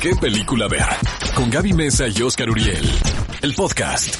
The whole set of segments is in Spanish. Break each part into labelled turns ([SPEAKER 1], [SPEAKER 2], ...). [SPEAKER 1] qué película ver. Con Gaby Mesa y Oscar Uriel. El podcast.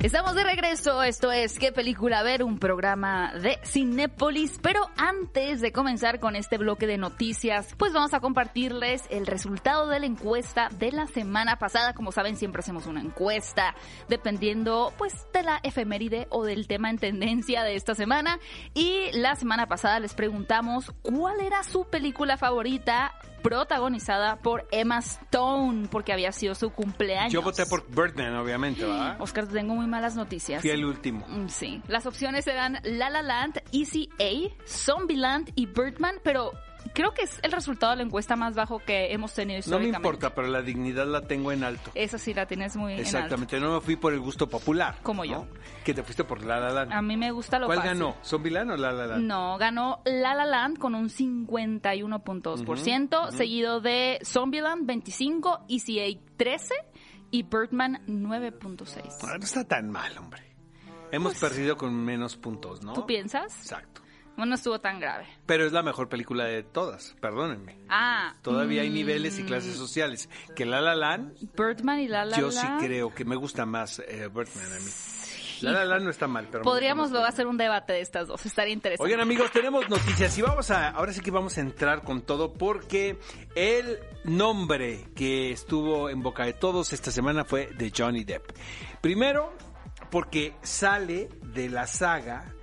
[SPEAKER 2] Estamos de regreso, esto es ¿Qué película ver? Un programa de Cinépolis, pero antes de comenzar con este bloque de noticias, pues vamos a compartirles el resultado de la encuesta de la semana pasada. Como saben, siempre hacemos una encuesta dependiendo pues de la efeméride o del tema en tendencia de esta semana. Y la semana pasada les preguntamos cuál era su película favorita protagonizada por Emma Stone, porque había sido su cumpleaños.
[SPEAKER 3] Yo voté por Birdman, obviamente, ¿verdad?
[SPEAKER 2] Oscar, te tengo muy malas noticias.
[SPEAKER 3] Fui el último.
[SPEAKER 2] Mm, Sí. Las opciones eran La La Land, Easy A, Zombieland y Birdman, pero creo que es el resultado de la encuesta más bajo que hemos tenido
[SPEAKER 3] No me
[SPEAKER 2] históricamente.
[SPEAKER 3] importa, pero la dignidad la tengo en alto.
[SPEAKER 2] Esa sí la tienes muy en alto.
[SPEAKER 3] Exactamente, no me fui por el gusto popular.
[SPEAKER 2] Como yo.
[SPEAKER 3] ¿no? Que te fuiste por La La Land.
[SPEAKER 2] A mí me gusta lo
[SPEAKER 3] ¿Cuál
[SPEAKER 2] fácil.
[SPEAKER 3] ganó? ¿Zombieland o La La Land?
[SPEAKER 2] No, ganó La La Land con un 51.2%, seguido de Zombieland 25, Easy A 13 y Birdman 9.6.
[SPEAKER 3] Ah, No está tan mal, hombre. Hemos perdido con menos puntos, ¿no?
[SPEAKER 2] Pues, ¿Tú piensas?
[SPEAKER 3] Exacto.
[SPEAKER 2] No, no estuvo tan grave.
[SPEAKER 3] Pero es la mejor película de todas, perdónenme.
[SPEAKER 2] Ah,
[SPEAKER 3] Todavía hay niveles y clases sociales. Que La La Land,
[SPEAKER 2] Birdman y La La
[SPEAKER 3] yo sí
[SPEAKER 2] Land.
[SPEAKER 3] creo que me gusta más eh, Birdman a mí. La La Land no está mal, pero... me gusta
[SPEAKER 2] Podríamos
[SPEAKER 3] más
[SPEAKER 2] luego
[SPEAKER 3] Birdman.
[SPEAKER 2] hacer un debate de estas dos, estaría interesante.
[SPEAKER 3] Oigan amigos, tenemos noticias y vamos a, ahora sí que vamos a entrar con todo porque el nombre que estuvo en boca de todos esta semana fue de Johnny Depp. Primero, porque sale de la saga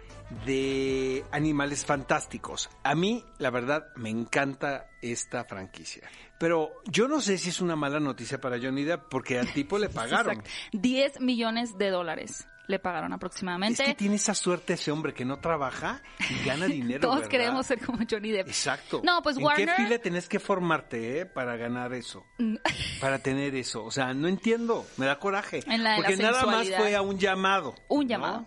[SPEAKER 3] de Animales Fantásticos. A mí, la verdad, me encanta esta franquicia. Pero yo no sé si es una mala noticia para Johnny Depp porque al tipo le pagaron.
[SPEAKER 2] Exacto. 10 millones de dólares le pagaron
[SPEAKER 3] Es
[SPEAKER 2] aproximadamente.
[SPEAKER 3] que tiene esa suerte ese hombre que no trabaja y gana dinero.
[SPEAKER 2] Todos
[SPEAKER 3] ¿verdad?
[SPEAKER 2] queremos ser como Johnny Depp.
[SPEAKER 3] Exacto.
[SPEAKER 2] No, pues
[SPEAKER 3] ¿En
[SPEAKER 2] Warner- Mm.
[SPEAKER 3] qué fila tenés que formarte eh, para ganar eso? para tener eso. O sea, no entiendo. Me da coraje.
[SPEAKER 2] En la de la
[SPEAKER 3] Porque nada más
[SPEAKER 2] sensualidad.
[SPEAKER 3] fue a un llamado.
[SPEAKER 2] Un
[SPEAKER 3] ¿no?
[SPEAKER 2] llamado.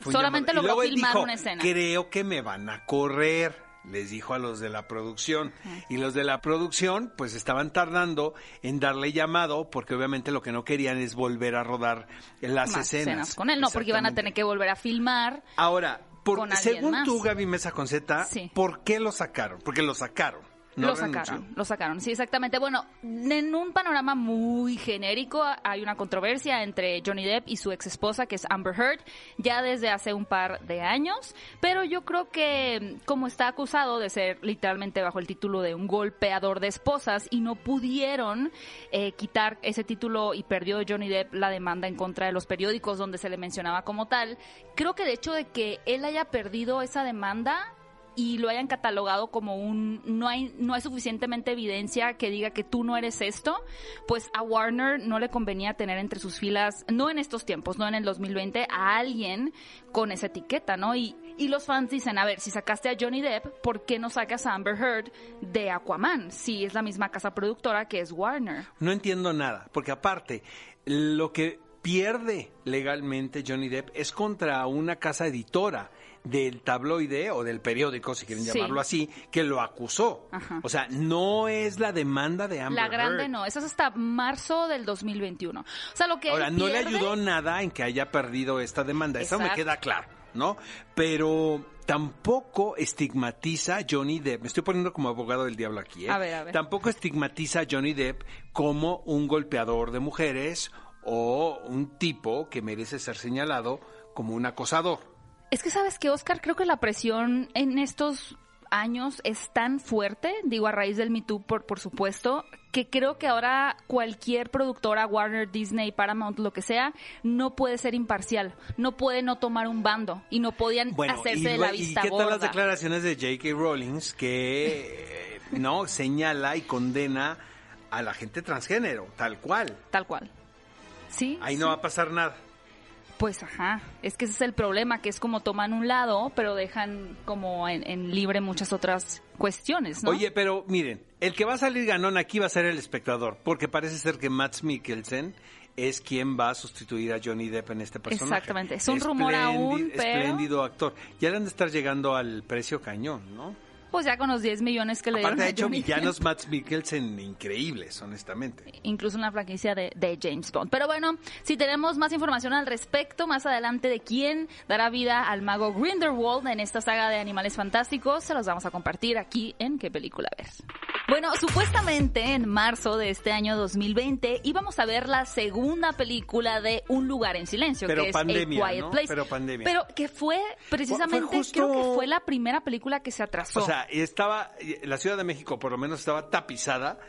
[SPEAKER 3] Fue un
[SPEAKER 2] Solamente
[SPEAKER 3] llamado.
[SPEAKER 2] logró
[SPEAKER 3] Y luego él
[SPEAKER 2] filmar
[SPEAKER 3] dijo,
[SPEAKER 2] una escena.
[SPEAKER 3] Creo que me van a correr. Les dijo a los de la producción. Y los de la producción, pues estaban tardando en darle llamado, porque obviamente lo que no querían es volver a rodar las
[SPEAKER 2] Más
[SPEAKER 3] escenas.
[SPEAKER 2] escenas con él, no, porque iban a
[SPEAKER 3] Exactamente.
[SPEAKER 2] tener que volver a filmar.
[SPEAKER 3] Ahora, por-
[SPEAKER 2] Con alguien
[SPEAKER 3] según
[SPEAKER 2] más.
[SPEAKER 3] tú, Gaby Mesa con Z,
[SPEAKER 2] Sí.
[SPEAKER 3] ¿por qué lo sacaron? Porque lo sacaron. No
[SPEAKER 2] lo
[SPEAKER 3] renunció.
[SPEAKER 2] sacaron, lo sacaron, sí, exactamente. Bueno, en un panorama muy genérico hay una controversia entre Johnny Depp y su ex esposa, que es Amber Heard, ya desde hace un par de años, pero yo creo que como está acusado de ser literalmente bajo el título de un golpeador de esposas y no pudieron eh, quitar ese título y perdió Johnny Depp la demanda en contra de los periódicos donde se le mencionaba como tal, creo que de hecho de que él haya perdido esa demanda y lo hayan catalogado como un no hay no hay suficientemente evidencia que diga que tú no eres esto, pues a Warner no le convenía tener entre sus filas, no en estos tiempos, no en el 2020, a alguien con esa etiqueta, ¿no? Y, y los fans dicen, a ver, si sacaste a Johnny Depp, ¿por qué no sacas a Amber Heard de Aquaman? Si es la misma casa productora que es Warner.
[SPEAKER 3] No entiendo nada, porque aparte, lo que pierde legalmente Johnny Depp es contra una casa editora del tabloide o del periódico, si quieren
[SPEAKER 2] Sí.
[SPEAKER 3] llamarlo así, que lo acusó.
[SPEAKER 2] Ajá.
[SPEAKER 3] O sea, no es la demanda de Amber
[SPEAKER 2] La grande
[SPEAKER 3] Heard.
[SPEAKER 2] no, esa es hasta marzo del 2021. O sea, lo que él
[SPEAKER 3] Ahora, no le
[SPEAKER 2] pierde-
[SPEAKER 3] ayudó nada en que haya perdido esta demanda, eso me
[SPEAKER 2] Exacto.
[SPEAKER 3] queda claro, ¿no? Pero tampoco estigmatiza a Johnny Depp, me estoy poniendo como abogado del diablo aquí, ¿eh?
[SPEAKER 2] A ver, a ver.
[SPEAKER 3] Tampoco estigmatiza a Johnny Depp como un golpeador de mujeres o un tipo que merece ser señalado como un acosador.
[SPEAKER 2] Es que sabes que, Oscar, creo que la presión en estos años es tan fuerte, digo, a raíz del Me Too, por, por supuesto, que creo que ahora cualquier productora, Warner, Disney, Paramount, lo que sea, no puede ser imparcial, no puede no tomar un bando y no podían
[SPEAKER 3] Bueno,
[SPEAKER 2] hacerse
[SPEAKER 3] y,
[SPEAKER 2] de la
[SPEAKER 3] lo- ¿y
[SPEAKER 2] vista
[SPEAKER 3] qué tal las
[SPEAKER 2] gorda.
[SPEAKER 3] declaraciones de J.K. Rowling que eh, no señala y condena a la gente transgénero, tal cual?
[SPEAKER 2] Tal cual. Sí,
[SPEAKER 3] Ahí no va a pasar nada.
[SPEAKER 2] pues ajá, es que ese es el problema, que es como toman un lado, pero dejan como en, en libre muchas otras cuestiones, ¿no?
[SPEAKER 3] Oye, pero miren, el que va a salir ganón aquí va a ser el espectador, porque parece ser que Max Mikkelsen es quien va a sustituir a Johnny Depp en este personaje.
[SPEAKER 2] Exactamente, es un rumor aún,
[SPEAKER 3] Espléndi-
[SPEAKER 2] pero-
[SPEAKER 3] Espléndido actor. Ya le han de estar llegando al precio cañón, ¿no?
[SPEAKER 2] Pues ya con los 10 millones que le dieron
[SPEAKER 3] Aparte
[SPEAKER 2] a
[SPEAKER 3] ha hecho
[SPEAKER 2] Johnny Depp.
[SPEAKER 3] villanos Max Mikkelsen increíbles, honestamente.
[SPEAKER 2] incluso en la franquicia de, de James Bond. Pero bueno, si tenemos más información al respecto, más adelante de quién dará vida al mago Grindelwald en esta saga de Animales Fantásticos, se los vamos a compartir aquí en ¿Qué película ver? Bueno, supuestamente en marzo de este año 2020 íbamos a ver la segunda película de Un lugar en silencio,
[SPEAKER 3] Pero
[SPEAKER 2] que es
[SPEAKER 3] pandemia,
[SPEAKER 2] A Quiet
[SPEAKER 3] ¿no?
[SPEAKER 2] Place.
[SPEAKER 3] Pero pandemia.
[SPEAKER 2] Pero que fue precisamente,
[SPEAKER 3] Fue justo-
[SPEAKER 2] creo que fue la primera película que se atrasó.
[SPEAKER 3] O sea, estaba, la Ciudad de México por lo menos estaba tapizada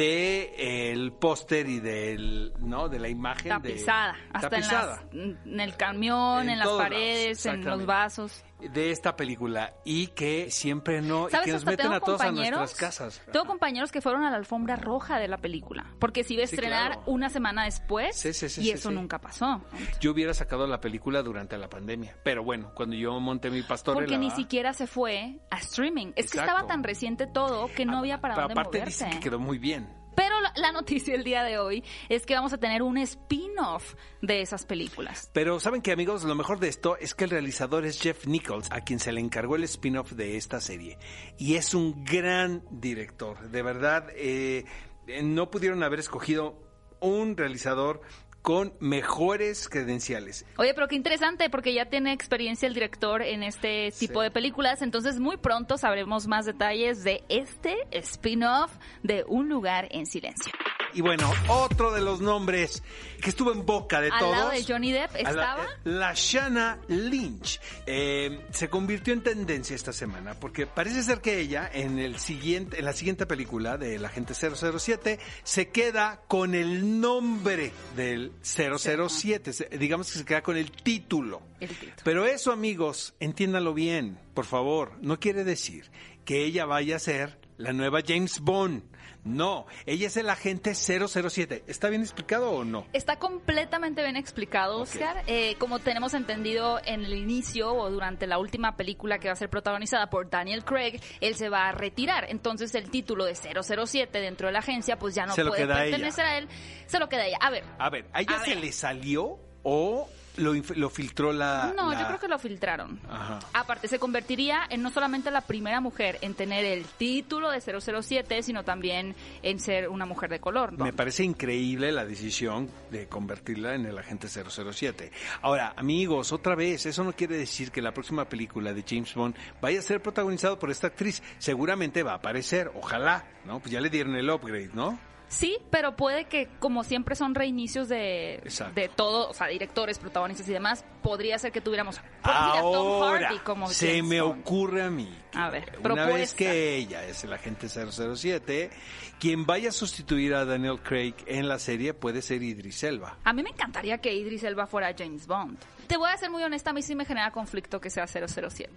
[SPEAKER 3] de el póster y del, ¿no? De la imagen. de-
[SPEAKER 2] tapizada, hasta
[SPEAKER 3] tapizada.
[SPEAKER 2] En, las- en el camión, en,
[SPEAKER 3] En
[SPEAKER 2] las
[SPEAKER 3] todos lados,
[SPEAKER 2] paredes, en
[SPEAKER 3] exactamente.
[SPEAKER 2] los vasos.
[SPEAKER 3] de esta película y que siempre no y
[SPEAKER 2] ¿Sabes?
[SPEAKER 3] que nos
[SPEAKER 2] Hasta
[SPEAKER 3] meten
[SPEAKER 2] tengo
[SPEAKER 3] a todos a
[SPEAKER 2] compañeros-
[SPEAKER 3] nuestras casas.
[SPEAKER 2] Tengo compañeros que fueron a la alfombra roja de la película, porque se iba a
[SPEAKER 3] Sí,
[SPEAKER 2] estrenar
[SPEAKER 3] claro.
[SPEAKER 2] una semana después
[SPEAKER 3] Sí, sí, sí,
[SPEAKER 2] y
[SPEAKER 3] sí,
[SPEAKER 2] eso
[SPEAKER 3] sí.
[SPEAKER 2] nunca pasó.
[SPEAKER 3] Yo hubiera sacado la película durante la pandemia, pero bueno, cuando yo monté mi pastorela
[SPEAKER 2] Porque ni siquiera se fue a streaming. Es que
[SPEAKER 3] Exacto. Ah,
[SPEAKER 2] estaba tan reciente todo que no había para
[SPEAKER 3] pero
[SPEAKER 2] dónde
[SPEAKER 3] aparte
[SPEAKER 2] moverse.
[SPEAKER 3] dicen que quedó muy bien.
[SPEAKER 2] Pero la, la noticia del día de hoy es que vamos a tener un spin-off de esas películas.
[SPEAKER 3] Pero saben que amigos, lo mejor de esto es que el realizador es Jeff Nichols, a quien se le encargó el spin-off de esta serie. Y es un gran director, de verdad, eh, eh, no pudieron haber escogido un realizador con mejores credenciales.
[SPEAKER 2] Oye, pero qué interesante, porque ya tiene experiencia el director en este tipo
[SPEAKER 3] Sí.
[SPEAKER 2] de películas, entonces muy pronto sabremos más detalles de este spin-off de Un lugar en silencio.
[SPEAKER 3] Y bueno, otro de los nombres que estuvo en boca de
[SPEAKER 2] Al
[SPEAKER 3] todos.
[SPEAKER 2] lado de Johnny Depp
[SPEAKER 3] A la-
[SPEAKER 2] estaba...
[SPEAKER 3] eh, La, Shana Lynch eh, se convirtió en tendencia esta semana porque parece ser que ella en el siguiente en la siguiente película de la gente 007 se queda con el nombre del 007, se- digamos que se queda con el título.
[SPEAKER 2] El título.
[SPEAKER 3] Pero eso, amigos, entiéndanlo bien, por favor, no quiere decir que ella vaya a ser la nueva James Bond. No, ella es el agente 007. ¿Está bien explicado o no?
[SPEAKER 2] Está completamente bien explicado,
[SPEAKER 3] Ok.
[SPEAKER 2] Oscar. Eh, como tenemos entendido en el inicio o durante la última película que va a ser protagonizada por Daniel Craig, él se va a retirar. Entonces el título de 007 dentro de la agencia pues ya no
[SPEAKER 3] Se lo
[SPEAKER 2] puede
[SPEAKER 3] queda ella.
[SPEAKER 2] pertenecer a él. Se lo queda a ella. A ver.
[SPEAKER 3] A ver, ¿a ella
[SPEAKER 2] A
[SPEAKER 3] se
[SPEAKER 2] ver.
[SPEAKER 3] le salió o lo, inf- lo filtró la.?
[SPEAKER 2] No,
[SPEAKER 3] Ah, la-
[SPEAKER 2] yo creo que lo filtraron.
[SPEAKER 3] Ajá.
[SPEAKER 2] Aparte, se convertiría en no solamente la primera mujer en tener el título de 007, sino también en ser una mujer de color.
[SPEAKER 3] Me parece increíble la decisión de convertirla en el agente 007. Ahora, amigos, otra vez, eso no quiere decir que la próxima película de James Bond vaya a ser protagonizada por esta actriz. Seguramente va a aparecer, ojalá, ¿no? Pues ya le dieron el upgrade, ¿no?
[SPEAKER 2] Sí, pero puede que, como siempre son reinicios de,
[SPEAKER 3] Exacto.
[SPEAKER 2] de todo, o sea, directores, protagonistas y demás, podría ser que tuviéramos por decir, a Pues Tom
[SPEAKER 3] Ahora,
[SPEAKER 2] Hardy como
[SPEAKER 3] se
[SPEAKER 2] James
[SPEAKER 3] me
[SPEAKER 2] Bond.
[SPEAKER 3] ocurre a mí. que
[SPEAKER 2] A ver,
[SPEAKER 3] una
[SPEAKER 2] propuesta.
[SPEAKER 3] vez que ella es el agente 007, quien vaya a sustituir a Daniel Craig en la serie puede ser Idris Elba.
[SPEAKER 2] A mí me encantaría que Idris Elba fuera James Bond. Te voy a ser muy honesta, a mí sí me genera conflicto que sea 007.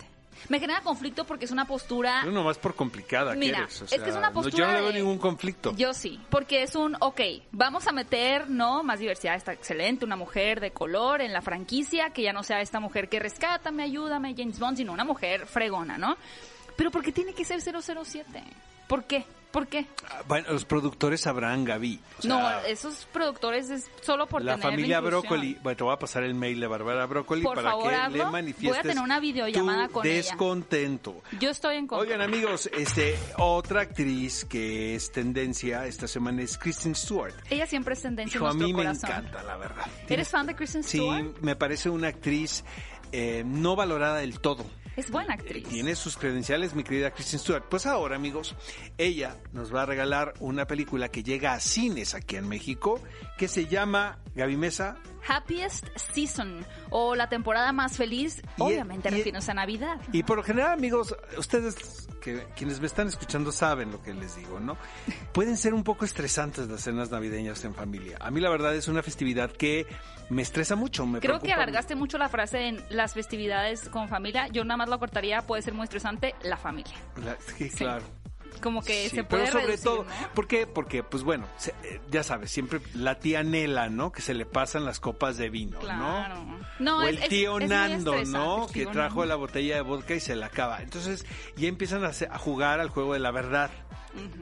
[SPEAKER 2] Me genera conflicto porque es una postura...
[SPEAKER 3] No, nomás por complicada
[SPEAKER 2] Ah. Mira,
[SPEAKER 3] que eres. o
[SPEAKER 2] es que
[SPEAKER 3] sea,
[SPEAKER 2] es una
[SPEAKER 3] no,
[SPEAKER 2] postura
[SPEAKER 3] yo no le veo
[SPEAKER 2] de-
[SPEAKER 3] ningún conflicto.
[SPEAKER 2] Yo sí, porque es un, ok, vamos a meter, no, más diversidad, está excelente, una mujer de color en la franquicia, que ya no sea esta mujer que rescata, me ayuda, me James Bond, sino una mujer fregona, ¿no? Pero ¿por qué tiene que ser 007? ¿Por qué? ¿Por qué?
[SPEAKER 3] Ah, Bueno, los productores sabrán, Gaby. O sea,
[SPEAKER 2] no, esos productores es solo por
[SPEAKER 3] la
[SPEAKER 2] tener
[SPEAKER 3] familia
[SPEAKER 2] inclusión.
[SPEAKER 3] Brócoli, bueno, te voy a pasar el mail de Bárbara Brócoli
[SPEAKER 2] Por
[SPEAKER 3] para
[SPEAKER 2] favor,
[SPEAKER 3] que
[SPEAKER 2] hazlo.
[SPEAKER 3] le
[SPEAKER 2] Voy a
[SPEAKER 3] manifiestes
[SPEAKER 2] tener una videollamada
[SPEAKER 3] tu
[SPEAKER 2] con ella.
[SPEAKER 3] descontento.
[SPEAKER 2] Yo estoy en contra.
[SPEAKER 3] Oigan amigos, este otra actriz que es tendencia esta semana es Kristen Stewart.
[SPEAKER 2] Ella siempre es tendencia
[SPEAKER 3] Hijo, a
[SPEAKER 2] en nuestro
[SPEAKER 3] mí me
[SPEAKER 2] corazón.
[SPEAKER 3] encanta, la verdad.
[SPEAKER 2] ¿Eres fan de Kristen Stewart?
[SPEAKER 3] Sí, me parece una actriz eh, no valorada del todo.
[SPEAKER 2] Es buena
[SPEAKER 3] Eh,
[SPEAKER 2] actriz.
[SPEAKER 3] Tiene sus credenciales, mi querida Kristen Stewart. Pues ahora, amigos, ella nos va a regalar una película que llega a cines aquí en México, que se llama Gaby Mesa.
[SPEAKER 2] Happiest Season o la temporada más feliz,
[SPEAKER 3] Y- e-
[SPEAKER 2] obviamente
[SPEAKER 3] y-
[SPEAKER 2] refiriéndose a Navidad.
[SPEAKER 3] Y por lo general, amigos, ustedes que quienes me están escuchando saben lo que les digo, ¿no? Pueden ser un poco estresantes las cenas navideñas en familia. A mí la verdad es una festividad que me estresa mucho, me
[SPEAKER 2] Creo que
[SPEAKER 3] preocupa
[SPEAKER 2] alargaste mucho la frase en las festividades con familia. Yo nada más lo cortaría, puede ser muy estresante, la familia.
[SPEAKER 3] La- sí,
[SPEAKER 2] Sí.
[SPEAKER 3] claro.
[SPEAKER 2] Como que
[SPEAKER 3] Sí,
[SPEAKER 2] se puede
[SPEAKER 3] pero sobre
[SPEAKER 2] reducir,
[SPEAKER 3] todo,
[SPEAKER 2] ¿no?
[SPEAKER 3] ¿por qué? Porque, pues bueno, se- eh, ya sabes, siempre la tía Nela, ¿no? Que se le pasan las copas de vino,
[SPEAKER 2] Claro.
[SPEAKER 3] ¿no?
[SPEAKER 2] No,
[SPEAKER 3] o
[SPEAKER 2] es-
[SPEAKER 3] el
[SPEAKER 2] es-
[SPEAKER 3] tío
[SPEAKER 2] es muy
[SPEAKER 3] Nando,
[SPEAKER 2] estresante, pues,
[SPEAKER 3] ¿no?
[SPEAKER 2] el
[SPEAKER 3] Que
[SPEAKER 2] tío
[SPEAKER 3] trajo
[SPEAKER 2] Nando.
[SPEAKER 3] la botella de vodka y se la acaba. Entonces, ya empiezan a, se- a jugar al juego de la verdad,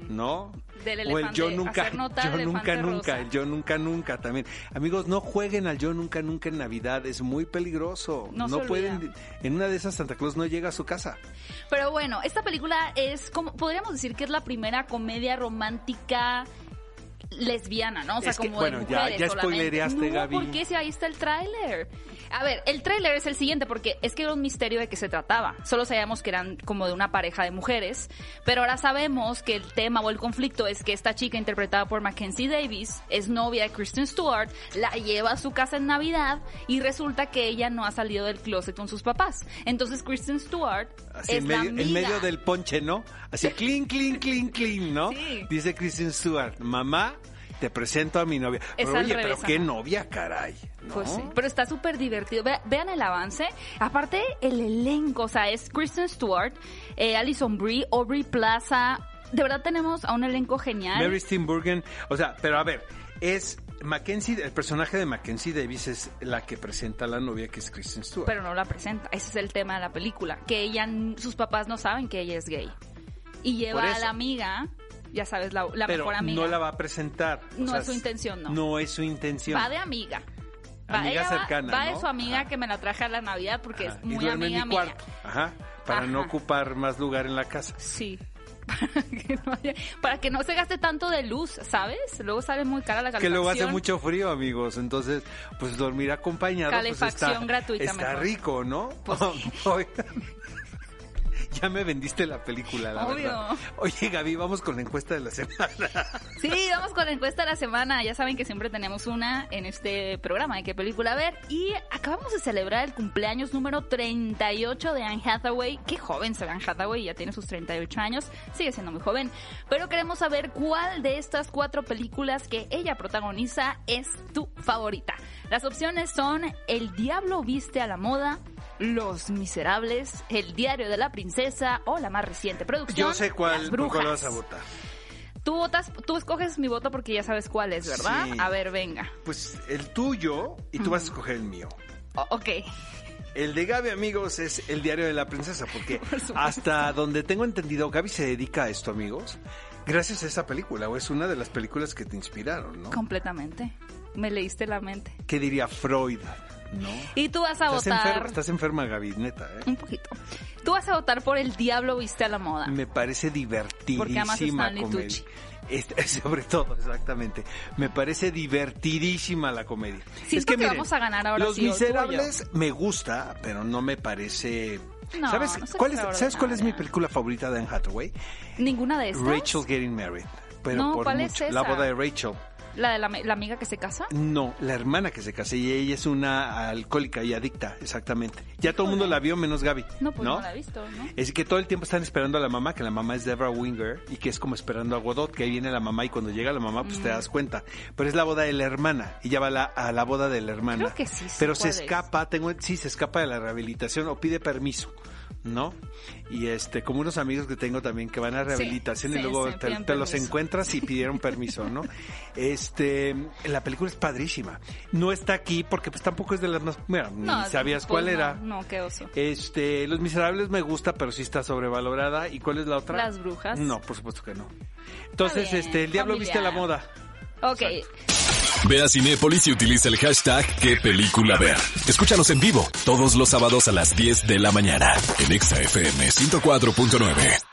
[SPEAKER 3] ¿no?
[SPEAKER 2] Del
[SPEAKER 3] o el
[SPEAKER 2] elefante,
[SPEAKER 3] yo nunca,
[SPEAKER 2] hacer nota al
[SPEAKER 3] yo nunca,
[SPEAKER 2] elefante
[SPEAKER 3] nunca,
[SPEAKER 2] rosa.
[SPEAKER 3] el yo nunca, nunca también. Amigos, no jueguen al yo nunca, nunca en Navidad, es muy peligroso.
[SPEAKER 2] No se olvida.
[SPEAKER 3] pueden, en una de esas Santa Claus no llega a su casa.
[SPEAKER 2] Pero bueno, esta película es como, podríamos decir que es la primera comedia romántica lesbiana, ¿no? O sea,
[SPEAKER 3] Es que,
[SPEAKER 2] como
[SPEAKER 3] bueno,
[SPEAKER 2] de
[SPEAKER 3] ya-
[SPEAKER 2] mujeres
[SPEAKER 3] ya
[SPEAKER 2] solamente.
[SPEAKER 3] spoilereaste,
[SPEAKER 2] no,
[SPEAKER 3] Gaby.
[SPEAKER 2] ¿por qué? Si ahí está el tráiler. A ver, el tráiler es el siguiente porque es que era un misterio de qué se trataba. Solo sabíamos que eran como de una pareja de mujeres, pero ahora sabemos que el tema o el conflicto es que esta chica interpretada por Mackenzie Davis es novia de Kristen Stewart, la lleva a su casa en Navidad y resulta que ella no ha salido del closet con sus papás. Entonces Kristen Stewart
[SPEAKER 3] Así
[SPEAKER 2] es
[SPEAKER 3] en
[SPEAKER 2] la
[SPEAKER 3] medio,
[SPEAKER 2] amiga.
[SPEAKER 3] en medio del ponche, ¿no? Así, clean, clean, clean, clean, ¿no?
[SPEAKER 2] Sí.
[SPEAKER 3] Dice Kristen Stewart, mamá, te presento a mi novia. Pero
[SPEAKER 2] al
[SPEAKER 3] oye,
[SPEAKER 2] revés,
[SPEAKER 3] pero qué
[SPEAKER 2] ajá.
[SPEAKER 3] novia, caray. ¿no?
[SPEAKER 2] Pues sí, pero está súper divertido. Ve- vean el avance. Aparte, el elenco, o sea, es Kristen Stewart, eh, Alison Brie, Aubrey Plaza. De verdad tenemos a un elenco genial.
[SPEAKER 3] Mary Steenburgen, o sea, pero a ver, es Mackenzie, el personaje de Mackenzie Davis es la que presenta a la novia que es Kristen Stewart.
[SPEAKER 2] pero no la presenta. Ese es el tema de la película. Que ella, n- sus papás no saben que ella es gay. Y lleva
[SPEAKER 3] Por eso.
[SPEAKER 2] a la amiga, ya sabes, la, la
[SPEAKER 3] Pero
[SPEAKER 2] mejor amiga.
[SPEAKER 3] no la va a presentar. o
[SPEAKER 2] No es su intención, no.
[SPEAKER 3] No es su intención.
[SPEAKER 2] Va de amiga. Va,
[SPEAKER 3] Amiga
[SPEAKER 2] ella va-
[SPEAKER 3] cercana,
[SPEAKER 2] Va, de
[SPEAKER 3] ¿no?
[SPEAKER 2] su amiga
[SPEAKER 3] Ajá.
[SPEAKER 2] que me la traje a la Navidad porque
[SPEAKER 3] Ajá,
[SPEAKER 2] es
[SPEAKER 3] y
[SPEAKER 2] muy
[SPEAKER 3] duerme
[SPEAKER 2] amiga
[SPEAKER 3] en mi cuarto,
[SPEAKER 2] mía.
[SPEAKER 3] ajá, para no
[SPEAKER 2] Ajá.
[SPEAKER 3] ocupar más lugar en la casa.
[SPEAKER 2] Sí. Para que, no haya- para que no se gaste tanto de luz, ¿sabes? Luego sale muy cara la
[SPEAKER 3] Que
[SPEAKER 2] calefacción.
[SPEAKER 3] luego hace mucho frío, amigos. Entonces, pues dormir acompañado. pues,
[SPEAKER 2] Calefacción
[SPEAKER 3] está,
[SPEAKER 2] gratuita
[SPEAKER 3] Está
[SPEAKER 2] mejor.
[SPEAKER 3] rico, ¿no?
[SPEAKER 2] Pues sí.
[SPEAKER 3] Oigan, ya me vendiste la película, la
[SPEAKER 2] Obvio.
[SPEAKER 3] verdad. Oye, Gaby, vamos con la encuesta de la semana.
[SPEAKER 2] Sí, vamos con la encuesta de la semana. Ya saben que siempre tenemos una en este programa de qué película ver. Y acabamos de celebrar el cumpleaños número 38 de Anne Hathaway. Qué joven se ve Anne Hathaway, ya tiene sus 38 años, sigue siendo muy joven. Pero queremos saber cuál de estas cuatro películas que ella protagoniza es tu favorita. Las opciones son El Diablo Viste a la Moda. Los Miserables, El Diario de la Princesa o la más reciente producción.
[SPEAKER 3] Yo sé cuál,
[SPEAKER 2] Las
[SPEAKER 3] por cuál vas
[SPEAKER 2] Brujas.
[SPEAKER 3] a votar.
[SPEAKER 2] Tú votas, tú escoges mi voto porque ya sabes cuál es, ¿verdad?
[SPEAKER 3] Sí.
[SPEAKER 2] A ver, venga.
[SPEAKER 3] Pues el tuyo y tú vas a escoger el mío.
[SPEAKER 2] O- ok.
[SPEAKER 3] El de Gaby, amigos, es el diario de la princesa, porque
[SPEAKER 2] supuesto.
[SPEAKER 3] hasta donde tengo entendido, Gaby se dedica a esto, amigos, gracias a esa película, o es una de las películas que te inspiraron, ¿no?
[SPEAKER 2] Completamente. Me leíste la mente.
[SPEAKER 3] ¿Qué diría Freud? ¿No?
[SPEAKER 2] Y tú vas a
[SPEAKER 3] Estás,
[SPEAKER 2] votar.
[SPEAKER 3] enferma, estás enferma, Gaby, neta, ¿eh?
[SPEAKER 2] Un poquito. Tú vas a votar por El Diablo Viste a la Moda.
[SPEAKER 3] Me parece
[SPEAKER 2] Ah. Porque amas a
[SPEAKER 3] divertidísima
[SPEAKER 2] Stanley
[SPEAKER 3] comedia.
[SPEAKER 2] Tucci.
[SPEAKER 3] Este, sobre todo, exactamente. Me parece divertidísima la comedia.
[SPEAKER 2] Siento que vamos a ganar ahora
[SPEAKER 3] Los
[SPEAKER 2] sí, o tú o yo.
[SPEAKER 3] Miserables me gusta, pero no me parece...
[SPEAKER 2] No,
[SPEAKER 3] ¿Sabes,
[SPEAKER 2] no es
[SPEAKER 3] cuál es, ¿Sabes cuál es mi
[SPEAKER 2] extraordinaria.
[SPEAKER 3] película favorita de Anne Hathaway?
[SPEAKER 2] ¿Ninguna de estas?
[SPEAKER 3] Rachel Getting Married. Pero
[SPEAKER 2] No,
[SPEAKER 3] por
[SPEAKER 2] ¿cuál es
[SPEAKER 3] mucho. La
[SPEAKER 2] esa?
[SPEAKER 3] boda de Rachel.
[SPEAKER 2] ¿La de la, la amiga que se casa?
[SPEAKER 3] No, la hermana que se casó y ella es una alcohólica y adicta, exactamente. Ya todo el mundo
[SPEAKER 2] Híjole.
[SPEAKER 3] la vio menos Gaby.
[SPEAKER 2] No, pues no la he visto, ¿no?
[SPEAKER 3] Es que todo el tiempo están esperando a la mamá, que la mamá es Deborah Winger y que es como esperando a Godot, que ahí viene la mamá y cuando llega la mamá
[SPEAKER 2] Mm.
[SPEAKER 3] pues te das cuenta. Pero es la boda de la hermana, ella va a la, a la boda de la hermana.
[SPEAKER 2] Creo que sí sé
[SPEAKER 3] Pero se
[SPEAKER 2] cuál es.
[SPEAKER 3] escapa, tengo, sí, se escapa de la rehabilitación o pide permiso, ¿no? Y este, como unos amigos que tengo también que van a rehabilitación y
[SPEAKER 2] sí,
[SPEAKER 3] luego
[SPEAKER 2] sí,
[SPEAKER 3] te,
[SPEAKER 2] piden
[SPEAKER 3] te los
[SPEAKER 2] permiso.
[SPEAKER 3] encuentras y pidieron permiso, ¿no? Este, la película es padrísima. No está aquí porque pues tampoco es de las más, mira,
[SPEAKER 2] No,
[SPEAKER 3] ni sabías
[SPEAKER 2] pues
[SPEAKER 3] cuál
[SPEAKER 2] no,
[SPEAKER 3] era.
[SPEAKER 2] No, qué oso.
[SPEAKER 3] Este, Los Miserables me gusta, pero sí está sobrevalorada. ¿Y cuál es la otra?
[SPEAKER 2] Las Brujas.
[SPEAKER 3] No, por supuesto que no. Entonces,
[SPEAKER 2] bien,
[SPEAKER 3] este, el diablo
[SPEAKER 2] familiar.
[SPEAKER 3] viste a la moda.
[SPEAKER 2] Ok.
[SPEAKER 1] Ve a Cinépolis y utiliza el hashtag qué película ver. Escúchanos en vivo todos los sábados a las 10 de la mañana en Exa FM 104.9.